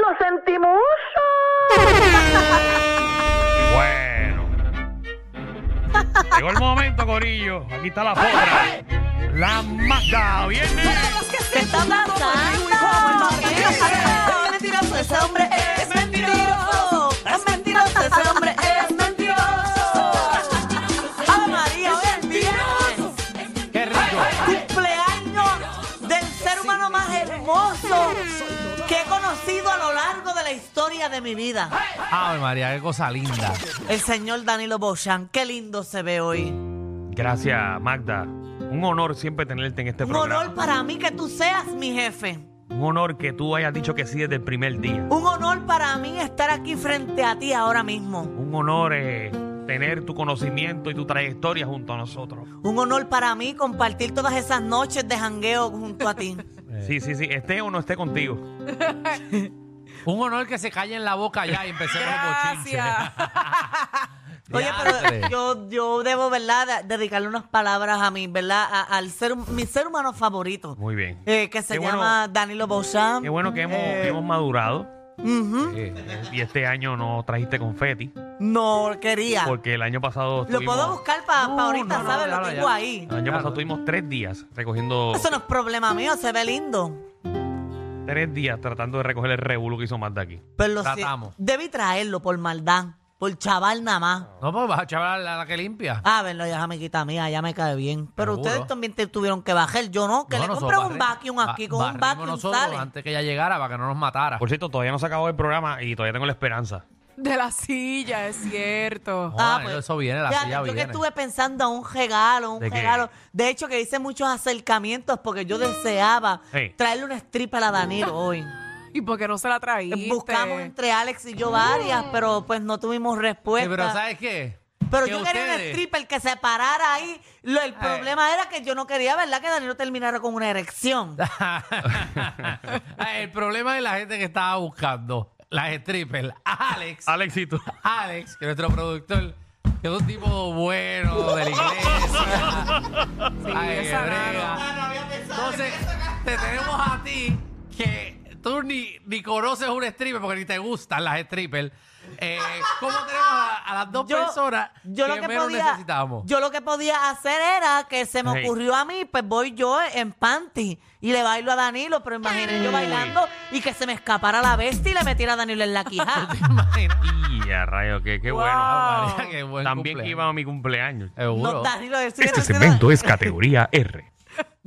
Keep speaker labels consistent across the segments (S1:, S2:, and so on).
S1: lo sentimos.
S2: Bueno. Llegó el momento, Corillo. Aquí está la potra. La Mazda viene.
S3: Se está hablando Es mentiroso ese hombre, es mentiroso. Es mentiroso ese hombre, es mentiroso. Ah, María, hoy es viernes.
S2: Qué rico.
S3: Cumpleaños del ser humano más hermoso que he conocido a lo largo de la historia de mi vida.
S4: Ave María, qué cosa linda.
S3: El señor Danilo Bochan, qué lindo se ve hoy.
S2: Gracias, Magda. Un honor siempre tenerte en este
S3: Un
S2: programa.
S3: honor para mí que tú seas mi jefe.
S2: Un honor que tú hayas dicho que sí desde el primer día.
S3: Un honor para mí estar aquí frente a ti ahora mismo.
S2: Un honor eh, tener tu conocimiento y tu trayectoria junto a nosotros.
S3: Un honor para mí compartir todas esas noches de jangueo junto a ti.
S2: Sí, sí, sí. Esté o no esté contigo.
S4: Un honor que se calle en la boca ya y empecemos los bochinches.
S3: Oye,
S4: Diantre.
S3: pero yo, yo debo, ¿verdad?, de- dedicarle unas palabras a mí, ¿verdad?, A- al ser, mi ser humano favorito,
S2: Muy bien.
S3: eh, que se
S2: Qué bueno.
S3: llama Danilo Bouchan.
S2: Qué bueno que hemos,
S3: Eh.
S2: que hemos madurado.
S3: Ujú.
S2: eh, y este año no trajiste confeti.
S3: No quería.
S2: Porque el año
S3: Ah.
S2: pasado.
S3: Lo
S2: estuvimos-
S3: puedo buscar para
S4: No,
S3: ahorita,
S4: Uh, no, no,
S3: ¿sabes? Lo
S4: déjalo
S3: tengo
S4: ya.
S3: ahí.
S2: El año
S4: Claro.
S2: pasado tuvimos tres días recogiendo.
S3: Eso no es problema mío, se ve lindo.
S2: tres días tratando de recoger el revuelo que hizo Magda aquí.
S3: Pero lo si-
S4: Tratamos.
S3: Debí traerlo por maldad, por chaval nada más.
S4: No, pues vas a chaval a la, la que limpia.
S3: Ah, verlo, ya es amiguita mía, ya me cae bien. Pero
S4: Seguro.
S3: ustedes también te tuvieron que bajar. Yo no, que
S4: No,
S3: le compré
S4: nosotros
S3: un
S4: barri-
S3: vacuum aquí,
S4: ba-
S3: con un
S4: barrimos
S3: vacuum
S4: nosotros
S3: sale.
S4: antes que ella llegara para que no nos matara.
S2: Por cierto, todavía no se acabó el programa y todavía tengo la esperanza.
S5: De la silla, es cierto.
S4: Joder, eso viene, la
S3: ya,
S4: silla
S3: Ah, pues. yo
S4: viene.
S3: que estuve pensando a un regalo, un
S2: ¿De qué?
S3: regalo. De hecho, que hice muchos acercamientos porque yo deseaba
S2: Sí.
S3: traerle una strip a la Danilo hoy.
S5: ¿Y por qué no se la traíste?
S3: Buscamos entre Alex y yo varias, pero pues no tuvimos
S4: Sí,
S3: respuesta.
S4: pero ¿sabes qué?
S3: Pero
S4: Que
S3: yo quería un
S4: ustedes- Eh.
S3: stripper que se parara ahí. Lo- el problema era que yo no quería, ¿verdad? Que Danilo terminara con una erección.
S4: el problema de la gente que estaba buscando, las strippers, Alex,
S2: Alexito.
S4: Alex, que nuestro productor, que es un tipo bueno de la iglesia. Ay,
S5: es
S4: que
S5: sanado.
S4: brega. Entonces, te tenemos a ti que tú ni, ni conoces un stripper porque ni te gustan las strippers. Eh, ¿Cómo tenemos a, a las dos personas
S3: yo
S4: que,
S3: lo que
S4: menos
S3: podía,
S4: necesitamos?
S3: Yo lo que podía hacer era que se me
S2: Hey.
S3: ocurrió a mí, pues voy yo en panty y le bailo a Danilo, pero imaginé yo bailando y que se me escapara la bestia y le metiera a Danilo en la quijada.
S4: ¿Te imaginas?
S2: y a rayo, qué, qué
S5: Wow.
S2: bueno.
S4: Ah, María, qué buen
S2: También que
S4: cumpleaños.
S2: iba a mi cumpleaños.
S4: Seguro.
S3: No, Danilo, ese
S2: Este
S3: hubiese sido-
S2: segmento es categoría R.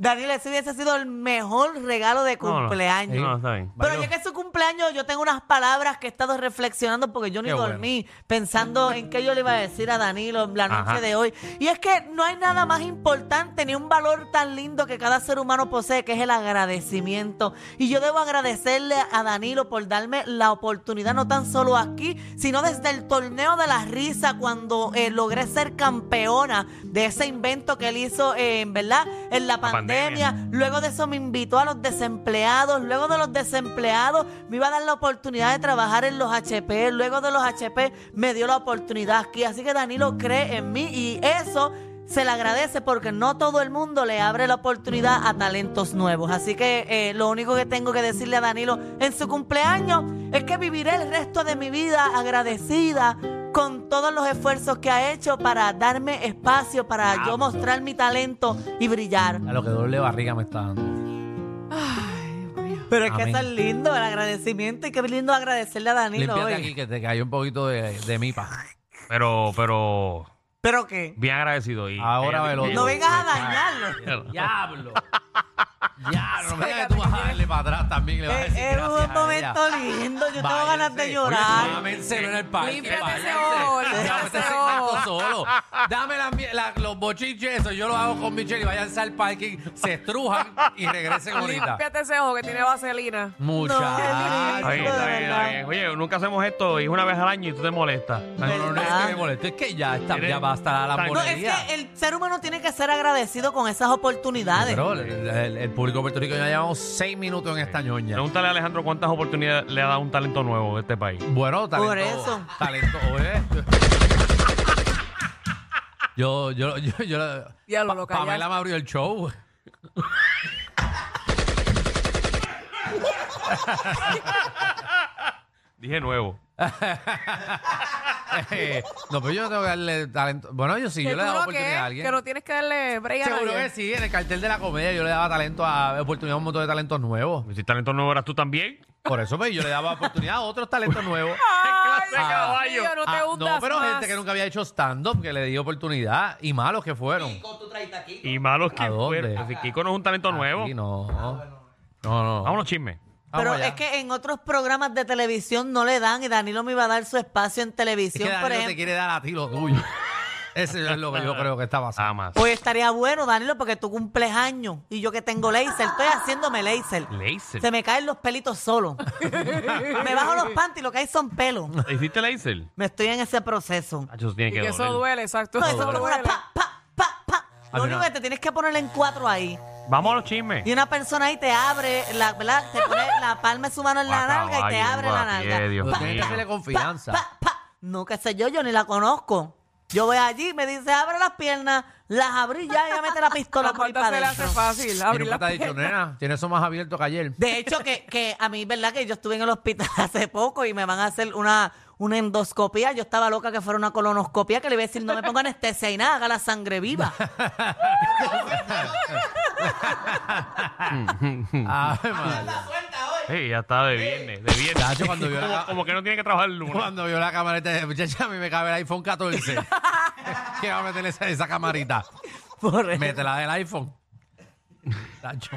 S3: Danilo, ese hubiese sido el mejor regalo de
S2: No, no.
S3: cumpleaños.
S2: No, está bien.
S3: Pero
S4: Bailó.
S3: ya que es su cumpleaños, yo tengo unas palabras que he estado reflexionando porque yo ni
S4: Qué bueno.
S3: dormí pensando en qué yo le iba a decir a Danilo en la noche
S2: Ajá.
S3: de hoy. Y es que no hay nada más importante ni un valor tan lindo que cada ser humano posee, que es el agradecimiento. Y yo debo agradecerle a Danilo por darme la oportunidad, no tan solo aquí, sino desde el torneo de la risa, cuando eh, logré ser campeona de ese invento que él hizo, eh, ¿verdad? En la,
S2: pandemia.
S3: pandemia. Luego de eso me invitó a los desempleados. Luego de los desempleados me iba a dar la oportunidad de trabajar en los HP. Luego de los HP me dio la oportunidad aquí. Así que Danilo cree en mí y eso se le agradece porque no todo el mundo le abre la oportunidad a talentos nuevos. Así que eh, lo único que tengo que decirle a Danilo en su cumpleaños es que viviré el resto de mi vida agradecida con todos los esfuerzos que ha hecho para darme espacio, para yo mostrar mi talento y brillar.
S4: A lo que doble barriga me está dando.
S5: Ay, Dios mío.
S3: Pero es que
S4: Amén.
S3: está lindo el agradecimiento y qué lindo agradecerle a Danilo
S4: Límpiate
S3: hoy.
S4: aquí que te cayó un poquito de, de mipa.
S2: Pero, pero,
S3: ¿Pero qué?
S2: bien agradecido. Y eh,
S4: Ahora
S2: ella-
S4: ve lo
S2: ella-
S3: No
S4: ven-
S3: vengas a dañarlo.
S4: ¡Diablo! ¡Diablo! Mira que tú vas a darle para atrás también. Le vas a
S3: Es,
S4: decir
S3: es Eh,
S4: gracias
S3: un
S4: a ella.
S3: momento lindo. Yo tengo ganas de
S4: Váyanse. Oye,
S3: llorar.
S4: mámenselo en el parque.
S5: Límpiate
S4: váyanse.
S5: ese ojo,
S4: Ya,
S5: límpiate
S4: usted
S5: ese
S4: se mató
S5: ojo.
S4: solo. Dame la mie- la- los bochiches, eso yo lo hago con Michelle y váyanse al parking, se estrujan y regresen ahorita.
S5: Límpiate ese ojo que tiene vaselina.
S4: Muchachos.
S2: Está bien, está bien, está bien. Oye, nunca hacemos esto y es una vez al año y tú te molestas.
S4: No, no, no es que me moleste, es que ya, está, ya basta
S3: No,
S4: la
S2: No,
S3: es
S4: lambonería.
S3: que eh, el ser humano tiene que ser agradecido con esas oportunidades.
S4: Pero el, el- el público puertorriqueño ya llevamos seis minutos en esta ñoña.
S2: Pregúntale a Alejandro cuántas oportunidades le ha dado un talento nuevo a este país.
S4: Bueno, talento.
S3: Por eso.
S4: Talento, oye. Yo, yo, yo, yo.
S5: Diablo, lo callaste.
S4: Pamela me abrió el show.
S2: Dije nuevo.
S4: Eh, no, pero yo no tengo que darle talento. Bueno, yo sí, yo
S5: ¿Que
S4: le
S5: tú
S4: daba
S5: no
S4: oportunidad
S5: qué?
S4: a alguien.
S5: Que no tienes que darle break a
S4: Seguro que
S5: nadie.
S4: sí, en el cartel de la comedia yo le daba talento a oportunidad a un montón de talentos nuevos.
S2: Si talento nuevo eras tú también.
S4: Por eso, pues, yo le daba oportunidad a otros talentos nuevos.
S5: Ay,
S2: clase de
S5: Dios
S2: caballo.
S5: mío, no te
S4: Ah,
S5: hundas
S4: no, pero
S5: más.
S4: gente que nunca había hecho stand-up que le dio oportunidad y malos que fueron.
S2: Y malos
S4: ¿A
S2: que
S4: dónde?
S2: fueron. Si Kiko no es un talento nuevo.
S4: Sí, no. No, no.
S2: Vámonos chismes.
S4: Vamos
S3: Pero
S4: allá.
S3: es que en otros programas de televisión no le dan y Danilo me iba a dar su espacio en
S4: Es que
S3: televisión, por
S4: Danilo te
S3: ejemplo.
S4: quiere dar a ti lo tuyo. Eso es lo que yo creo que está
S2: Nada
S4: pasando.
S2: más.
S3: Hoy estaría bueno, Danilo, porque tú cumples años y yo que tengo laser, estoy haciéndome laser.
S2: Laser.
S3: Se me caen los pelitos solo. me bajo los panties y lo que hay son pelos.
S2: ¿Hiciste laser?
S3: Me estoy en ese proceso.
S2: Ah, eso tiene
S5: Y
S2: que
S5: que eso
S2: doler.
S5: duele, exacto.
S3: No,
S5: eso
S3: eso es Pues una
S5: duele.
S3: pa, pa, pa, pa.
S4: Ah,
S3: Lo único
S4: mira.
S3: que te tienes que poner en cuatro ahí.
S2: Vamos a los chismes.
S3: Y una persona ahí te abre, la, ¿verdad? Te pone la palma de su mano en la
S2: Ah,
S3: nalga y te
S2: caballo,
S3: abre la
S2: guapié,
S3: nalga.
S2: Dios
S4: Pero
S2: mío.
S4: Tienes que hacerle confianza.
S3: Pa, pa. No, qué sé yo, yo ni la conozco. Yo voy allí, me dice, abre las piernas, las abrí ya, ella mete la pistola
S5: La
S3: por ahí
S5: puerta
S3: para
S5: se le hace
S3: adentro.
S5: fácil.
S4: Y
S5: Abrir
S4: nunca
S5: la
S4: te ha dicho, nena, tienes eso más abierto que ayer.
S3: De hecho, que, que a mí, ¿verdad? Que yo estuve en el hospital hace poco y me van a hacer una, una endoscopía. Yo estaba loca que fuera una colonoscopía, que le iba a decir, no me ponga anestesia y nada, haga la sangre viva.
S4: Mm. Ay, madre.
S2: Sí, ya está de viernes. De viernes.
S4: Tacho, cuando vio la-
S2: como, como que no tiene que trabajar el lunes.
S4: Cuando vio la camarita, dije, muchacha, a mí me cabe el iPhone 14. ¿Qué va a meter esa, esa camarita?
S3: Por eso.
S4: Métela del iPhone. Tacho.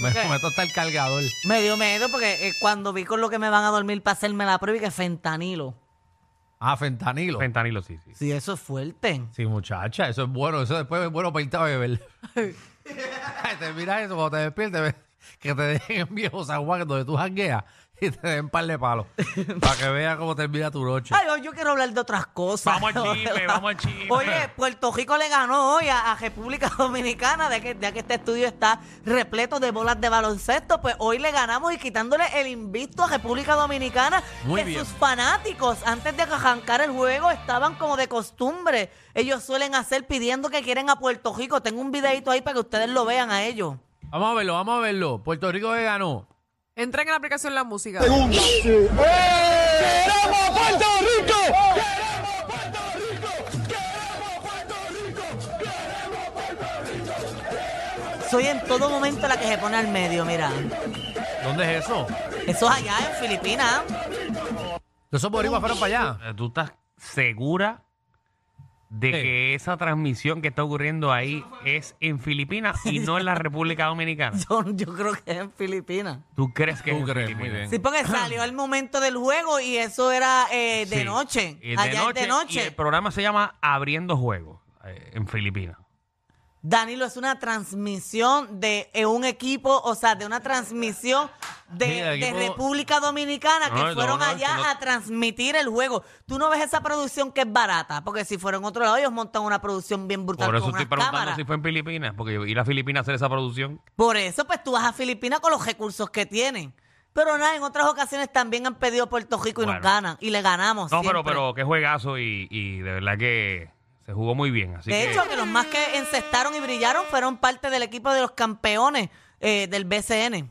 S4: Me meto hasta el cargador.
S3: Me dio miedo porque eh, cuando vi con lo que me van a dormir para hacerme la prueba y que fentanilo.
S4: Ah, fentanilo.
S2: Fentanilo, sí, sí.
S3: Sí, eso es fuerte.
S4: Sí, muchacha, eso es bueno. Eso después es bueno para irte a beber. Ay, te miras eso cuando te despiertes, ves que te dejen en viejo San Juan, donde tú jangueas, y te den par de palos. para que veas cómo termina tu noche.
S3: Ay, hoy yo quiero hablar de otras cosas.
S2: Vamos al chisme, vamos al chisme.
S3: Oye, Puerto Rico le ganó hoy a, a República Dominicana, de que, ya que este estudio está repleto de bolas de baloncesto, pues hoy le ganamos y quitándole el invicto a República Dominicana,
S4: Muy
S3: que
S4: bien.
S3: sus fanáticos antes de arrancar el juego estaban como de costumbre. Ellos suelen hacer pidiendo que quieren a Puerto Rico. Tengo un videito ahí para que ustedes lo vean a ellos.
S4: Vamos a verlo, vamos a verlo. Puerto Rico que ganó.
S5: Entra en la aplicación la música.
S3: Soy en todo momento la que se pone al medio, mira.
S4: ¿Dónde es eso?
S3: Eso es allá en Filipinas.
S4: Esos boricuas fueron para allá.
S2: Eh, ¿Tú estás segura de
S4: Sí.
S2: que esa transmisión que está ocurriendo ahí es en Filipinas y no en la República Dominicana?
S3: Yo, yo creo que es en Filipinas.
S2: ¿Tú crees que
S4: Tú
S2: es en
S4: crees,
S2: Filipinas?
S4: muy bien.
S3: Sí, porque salió el momento del juego y eso era eh, de
S2: Ah. Sí.
S3: noche.
S2: Y
S3: Allá es de
S2: Y
S3: noche.
S2: el programa se llama Abriendo Juegos eh, en Filipinas.
S3: Danilo, es una transmisión de eh, un equipo, o sea, de una transmisión de,
S4: Mira, el
S3: de
S4: equipo-
S3: República Dominicana que
S2: No, no,
S3: fueron
S2: no, es que
S3: allá
S2: no-
S3: a transmitir el juego. Tú no ves esa producción que es barata, porque si fueron otro lado, ellos montan una producción bien brutal
S2: Por eso
S3: con
S2: estoy
S3: unas
S2: preguntando
S3: cámaras.
S2: si fue en Filipinas, porque yo- ir a Filipinas a hacer esa producción.
S3: Por eso, pues tú vas a Filipinas con los recursos que tienen. Pero nada, en otras ocasiones también han pedido a Puerto Rico y nos
S2: Bueno.
S3: ganan. Y le ganamos.
S2: No, pero,
S3: siempre.
S2: pero qué juegazo y, y de verdad que se jugó muy bien. Así
S3: de
S2: que,
S3: hecho, que los más que encestaron y brillaron fueron parte del equipo de los campeones eh, del BCN.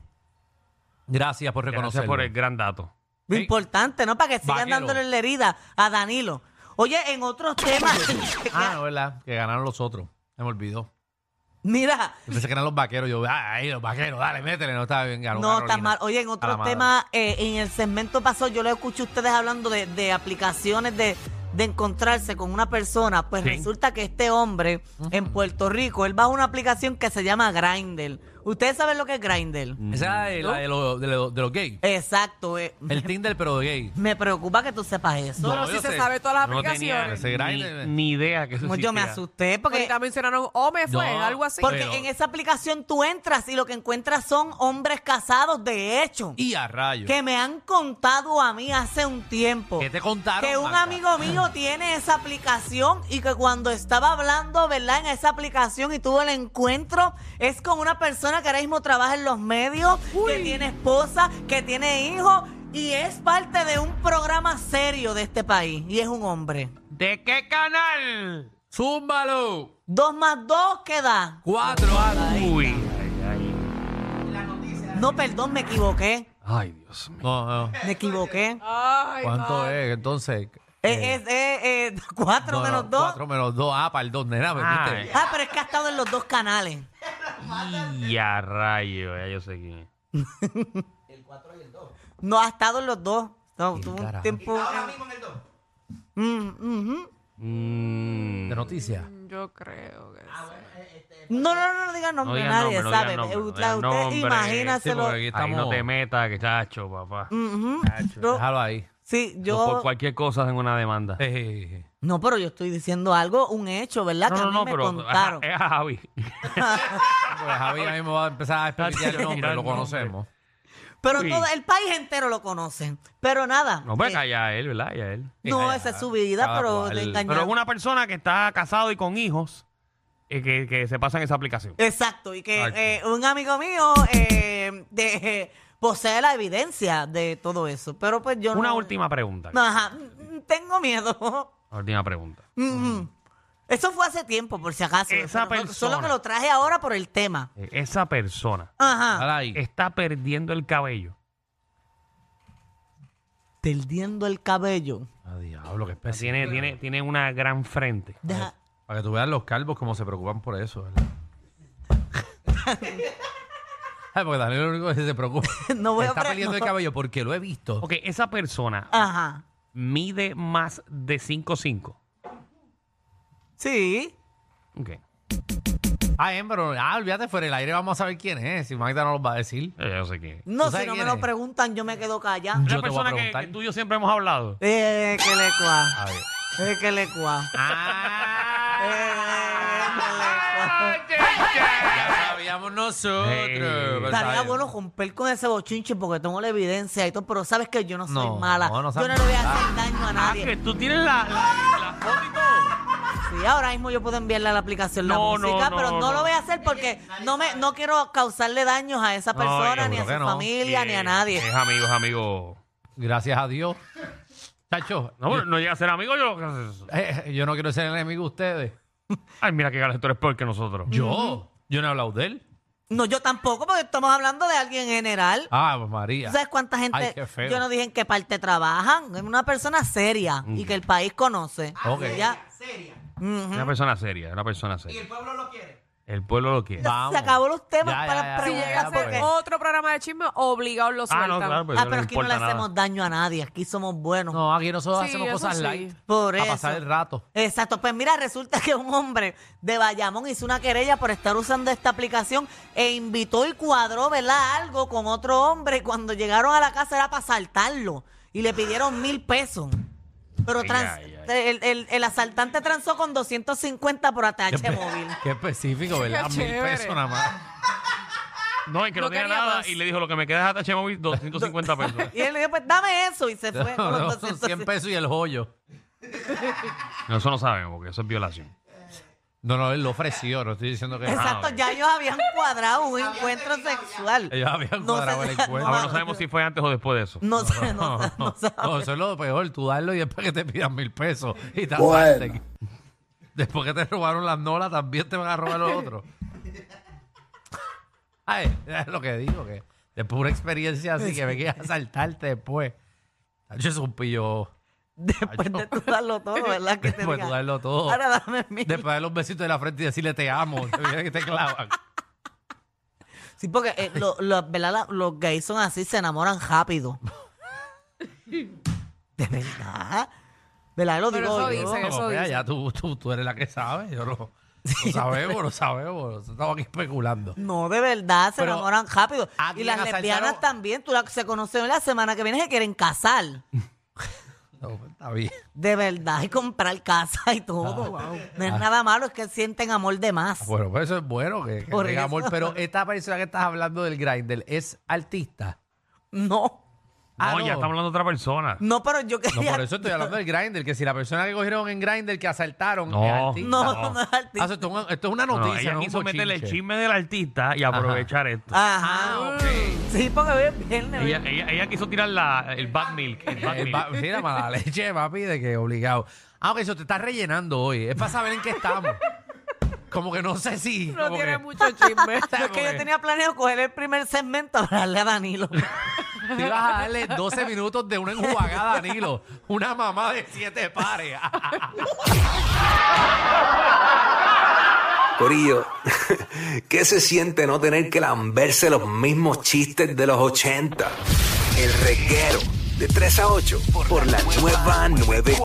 S4: Gracias por
S2: gracias
S4: reconocerlo.
S2: por el gran dato.
S3: Lo Importante, ¿no? Para que sigan
S4: Vaquero.
S3: dándole la herida a Danilo. Oye, en otros temas.
S2: Ah,
S4: Ah, no, ¿verdad? Que ganaron los otros. Se me olvidó.
S3: Mira,
S4: Pensé que eran los vaqueros. Yo, ah, ahí los vaqueros, dale, métele. No estaba bien, ganó
S3: No, está
S4: Carolina.
S3: mal. Oye, en
S4: A la
S3: otro
S4: madre.
S3: tema, eh, en el segmento pasó, yo lo escuché a ustedes hablando de, de aplicaciones de, de encontrarse con una persona. Pues
S2: Sí.
S3: resulta que este hombre en Puerto Rico, él baja una aplicación que se llama Grindel. ¿Ustedes saben lo que es Grindel?
S4: Esa era de, la de, los- de los- de los gays.
S3: Exacto. eh,
S4: El Tinder, pero de gay.
S3: Me preocupa que tú sepas eso.
S5: Bueno,
S4: yo
S5: si se
S4: sé.
S5: sabe todas las
S4: No tenía
S5: aplicaciones.
S4: ese eh. grinder.
S2: Ni, ni idea que eso
S3: Yo me
S2: existía.
S3: asusté porque...
S5: Ahorita mencionaron o me fue,
S4: No,
S5: algo así.
S3: Porque
S4: Pero-
S3: en esa aplicación tú entras y lo que encuentras son hombres casados, de hecho,
S4: Y a rayos.
S3: que me han contado a mí hace un tiempo.
S4: ¿Qué te contaron?
S3: Que un
S4: Magda?
S3: amigo mío tiene esa aplicación y que cuando estaba hablando, ¿verdad? En esa aplicación y tuvo el encuentro, es con una persona que ahora mismo trabaja en los medios, que tiene esposa, que tiene hijos y es parte de un programa serio de este país y es un hombre.
S2: ¿De qué canal?
S4: ¡Zúmbalo!
S3: Dos más dos ¿qué da?
S4: Cuatro.
S2: Uy. Ay, ay.
S3: No, perdón, me equivoqué.
S2: Ay, Dios mío.
S4: No, no.
S3: Me equivoqué.
S5: Ay,
S4: ¿Cuánto
S5: madre.
S4: es entonces?
S3: Eh, es eh, eh, cuatro
S4: No, no,
S3: menos dos.
S4: Cuatro menos dos. Ah, perdón, nena,
S2: Ah,
S4: ¿viste?
S3: Ah, pero es que ha estado en los dos canales.
S2: Y a rayo, ya yo sé quién es.
S3: No ha estado en los dos. No,
S4: El
S3: tuvo un
S4: carajo.
S3: tiempo. Mm, ujú.
S2: Mm.
S4: De noticias.
S5: Yo creo que sí.
S3: No, no, no, no digan nombre,
S2: No digan
S3: nadie
S2: nombre, no
S3: sabe.
S2: digan nombre, no
S3: usted
S2: digan nombre. este
S4: Sí,
S3: imagínaselo.
S4: porque aquí
S2: Ahí
S4: estamos.
S2: no te metas, que chacho, papá.
S3: Ujú. Yo-
S4: Déjalo ahí.
S3: sí,
S2: Yo... Por
S3: yo.
S2: cualquier cosa en una demanda.
S4: Eh,
S3: No, pero yo estoy diciendo algo, un hecho, ¿verdad? que a mí me contaron.
S2: Es a Javi.
S4: pues Javi ya mismo va a empezar a explicar el nombre, lo conocemos.
S3: pero
S2: Uy.
S3: todo el país entero lo conocen. Pero nada.
S2: No,
S3: eh,
S2: venga, ya él, ¿verdad? Ya él.
S3: no,
S4: ya,
S3: esa es su vida,
S4: cada
S3: pero
S4: cual.
S3: te
S2: Pero es
S3: engañaron.
S2: una persona que está casado y con hijos eh, que, que se pasa en esa aplicación.
S3: Exacto, y que
S4: Exacto.
S3: eh, un amigo mío eh, de- eh, posee la evidencia de todo eso. Pero pues yo
S2: Una
S3: no.
S2: última pregunta.
S3: No, Ajá, mm, tengo miedo.
S2: Una última pregunta.
S3: Mm, mm. Eso fue hace tiempo, por si acaso.
S2: Esa
S3: Pero no- Solo
S2: persona.
S3: que lo traje ahora por el tema.
S2: Eh, Esa persona
S3: Ajá.
S4: Déjala ahí.
S2: está perdiendo el cabello.
S3: Perdiendo el cabello.
S4: Ah, diablo, qué especie.
S2: Tiene, tiene, tiene una gran frente.
S3: Deja-
S4: Para que tú veas los calvos cómo se preocupan por eso, ¿verdad? Ay, porque Daniel es el único que se preocupa.
S3: No voy a
S4: Está
S3: pre-
S4: perdiendo el
S3: no.
S4: cabello porque lo he visto.
S2: Ok, esa persona
S4: Ah.
S3: Ajá.
S2: mide más de 5'5".
S3: Sí.
S2: Ok. Eh,
S4: Ah, eh, pero ah, olvídate, fuera el aire vamos a saber quién es. Si Magda no lo va a decir.
S2: Ya yo sé quién es.
S3: No, si
S4: ¿Tú sabes
S3: no me
S4: quién
S3: lo
S4: es?
S3: preguntan, yo me quedo callada.
S4: Yo
S2: Una
S4: te voy a
S2: persona que,
S4: preguntar.
S2: que tú y yo siempre hemos hablado.
S3: Eh, que le
S4: A
S3: cua.
S4: ver.
S3: Eh, que le cua.
S2: Ah, che,
S4: Ya
S2: che.
S4: sabíamos nosotros.
S2: Ey.
S4: pero
S3: Estaría
S4: está bien.
S3: bueno romper con ese bochinche porque tengo la evidencia y todo, pero sabes que yo no soy
S4: No,
S3: mala.
S4: no, no
S3: yo
S4: seas
S3: no le voy a hacer daño a
S2: Ah, que
S3: nadie.
S2: tú tienes la, la, la foto y todo.
S3: Sí, ahora mismo yo puedo enviarle a la aplicación la
S2: No, no,
S3: música,
S2: no,
S3: pero no,
S2: no.
S3: lo voy a hacer porque no me no quiero causarle daños a esa
S2: No,
S3: persona, ni a su
S4: seguro que no.
S3: familia, ni a
S2: Eh,
S3: nadie.
S2: Es amigo, es amigo.
S4: Gracias a Dios. Chacho,
S2: No,
S4: yo,
S2: pero no llega a ser amigo yo.
S4: eh, yo no quiero ser enemigo de ustedes.
S2: Ay, mira que Galeto es peor que nosotros.
S4: Yo, yo no he hablado de él.
S3: No, yo tampoco, porque estamos hablando de alguien en general.
S4: Ah, pues María.
S3: ¿Tú ¿Sabes cuánta gente?
S4: Ay, qué feo.
S3: Yo no dije en qué parte trabajan. Es una persona seria y que el país conoce.
S4: Ok.
S3: Ya. Ujú.
S2: Una persona seria, una persona seria. ¿Y el pueblo lo quiere? El pueblo lo quiere.
S4: Vamos.
S3: Se acabó los temas
S4: Ya, ya,
S3: para
S4: ya,
S5: Si
S4: ya,
S5: llega
S3: preguntar
S5: a
S4: pues.
S5: ser
S3: porque.
S5: otro programa de chisme, obligado lo
S2: Ah,
S5: sueltan.
S2: no, claro, pues
S3: Ah,
S2: no
S3: pero
S2: le
S3: aquí no le
S2: importa nada.
S3: hacemos daño a nadie. Aquí somos buenos.
S4: No, aquí nosotros
S5: Sí,
S4: hacemos
S5: eso
S4: cosas
S5: sí.
S4: light.
S3: Por
S4: a
S3: eso.
S4: pasar el rato.
S3: Exacto, pues mira, resulta que un hombre de Bayamón hizo una querella por estar usando esta aplicación e invitó y cuadró, ¿verdad? Algo con otro hombre y cuando llegaron a la casa era para asaltarlo y le pidieron mil pesos. Pero
S2: Ay,
S3: trans-
S2: ay,
S3: El, el- el asaltante transó con 250 por ATH
S4: espe-
S3: móvil.
S4: qué específico, ¿verdad? Mil
S5: chévere.
S4: pesos nada más.
S2: No, es que no,
S5: No
S2: tenía
S5: quería
S2: nada
S5: más.
S2: y le dijo, lo que me queda es atache móvil, 250 pesos.
S3: Y él le dijo, pues dame eso y se fue con los
S4: Son
S3: 250.
S4: 100 pesos y el joyo.
S2: No, eso no sabemos, porque eso es violación.
S4: No, no, él lo ofreció, no estoy diciendo que...
S2: Exacto.
S3: Exacto, ya ellos habían cuadrado un encuentro sexual.
S4: Ah, Ellos habían
S3: No
S4: cuadrado
S3: sé-
S4: el
S3: no,
S2: Ahora
S4: encuentro.
S2: no sabemos si fue antes o después de eso.
S3: No sé, no, sé, no
S4: No,
S3: sé.
S4: no, eso es lo peor, tú darlo y después que te pidan mil pesos y te
S6: Bueno.
S4: asalten. Después que te robaron las nolas, también te van a robar los otros. Ay, es lo que digo, que de pura experiencia así, que me quieras asaltarte después. Yo soy un pillo
S3: Después de tú darlo todo, ¿verdad? Que te
S4: Después de
S3: diga,
S4: tú darlo todo.
S3: Ahora dame mi.
S4: Después Oh. de darle un besito de la frente y decirle te amo. te miran que te clavan.
S3: Sí, porque eh, lo- lo- ¿verdad? La- los gays son así, se enamoran rápido. De verdad. ¿Verdad? Lo
S5: Pero
S3: digo
S5: eso
S3: yo.
S5: dicen, eso
S4: Como que
S5: dicen.
S4: ya tú, tú, tú eres la que sabe. Yo no, no sabemos, no sabemos. Estamos aquí especulando.
S3: No, de verdad, se
S4: Pero,
S3: enamoran rápido.
S4: ¿a
S3: Y
S4: quién
S3: las
S4: asaltaron?
S3: lesbianas también, tú la, se conocen la semana que viene, se quieren casar.
S4: No, pues, está bien.
S3: De verdad, y comprar casa y todo. No es nada malo, es que sienten amor de más.
S4: Ah. Bueno, pues eso es bueno que, que
S3: Por
S4: tenga amor.
S3: eso.
S4: Pero esta persona que estás hablando del Grindel es artista.
S3: No,
S4: Ah,
S2: no, ya estamos hablando de otra persona.
S3: no, pero yo
S4: No,
S3: quería...
S4: por eso estoy hablando del Grindel, que si la persona que cogieron en Grindel que asaltaron
S2: No.
S4: es artista.
S3: no,
S2: no.
S3: no, no es artista.
S4: Ah, esto, es una- esto es una
S2: No,
S4: noticia.
S2: ella
S4: no es un
S2: quiso meterle el
S4: bochinche. Ah,
S2: chisme del artista y aprovechar esto.
S3: Ajá. Ah. Sí, porque hoy es viernes.
S2: Ella,
S3: hoy-
S2: ella- ella quiso tirar la, el bad milk. El bad
S3: Ah.
S4: Eh,
S2: milk.
S4: va- mira, mala leche, papi, de que obligado. Ah, ok, eso te está rellenando hoy. Es para saber en qué estamos. Como que no sé si.
S5: No
S4: como
S5: tiene
S4: que-
S5: mucho chisme.
S4: ¿sabes?
S3: Es que
S4: Como
S3: yo tenía planeado coger el primer segmento a hablarle a Danilo.
S4: Te ibas a darle 12 minutos de una enjugada a Danilo. Una mamá de siete pares.
S6: Corillo, ¿qué se siente no tener que lamberse los mismos chistes de los 80? El reguero de 3 a 8 por la nueva 9.